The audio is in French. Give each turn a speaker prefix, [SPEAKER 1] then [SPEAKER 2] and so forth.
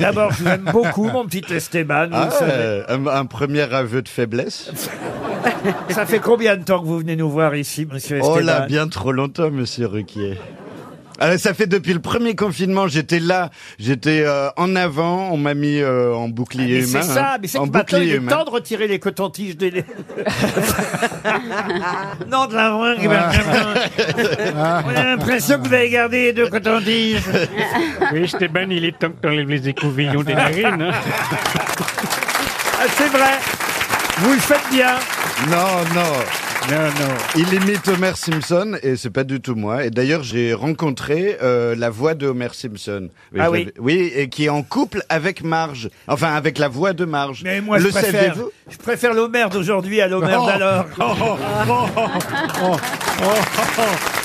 [SPEAKER 1] D'abord, je vous aime beaucoup, mon petit Esteban. vous
[SPEAKER 2] Ah,
[SPEAKER 1] le savez.
[SPEAKER 2] euh, un, un premier aveu de faiblesse.
[SPEAKER 1] Ça fait combien de temps que vous venez nous voir ici, monsieur Esteban
[SPEAKER 2] Oh là, bien trop longtemps, monsieur Ruquier. Alors, ça fait depuis le premier confinement, j'étais là, j'étais euh, en avant, on m'a mis euh, en bouclier
[SPEAKER 1] Ah, Mais
[SPEAKER 2] humain.
[SPEAKER 1] c'est ça,
[SPEAKER 2] hein,
[SPEAKER 1] mais c'est que
[SPEAKER 2] en
[SPEAKER 1] maintenant, il
[SPEAKER 2] bouclier
[SPEAKER 1] est
[SPEAKER 2] humain.
[SPEAKER 1] temps de retirer les cotons-tiges des... non, de la vringue, maintenant. On a l'impression que vous avez gardé les deux cotons-tiges.
[SPEAKER 3] Oui, Esteban, il est temps que t'enlèves les écouvillons des narines. hein.
[SPEAKER 1] Ah, c'est vrai, vous le faites bien.
[SPEAKER 2] Non, non.
[SPEAKER 3] Non, non.
[SPEAKER 2] Il imite Homer Simpson et c'est pas du tout moi. Et d'ailleurs, j'ai rencontré euh, la voix de Homer Simpson. Et
[SPEAKER 1] Ah
[SPEAKER 2] je
[SPEAKER 1] oui.
[SPEAKER 2] l'avais- Oui, et qui est en couple avec Marge. Enfin, avec la voix de Marge.
[SPEAKER 1] Mais moi,
[SPEAKER 2] le
[SPEAKER 1] je préfère,
[SPEAKER 2] saviez-vous Oh.
[SPEAKER 1] je préfère l'Homère d'aujourd'hui à l'Homère d'alors.
[SPEAKER 3] Oh, oh, oh, oh, oh, oh.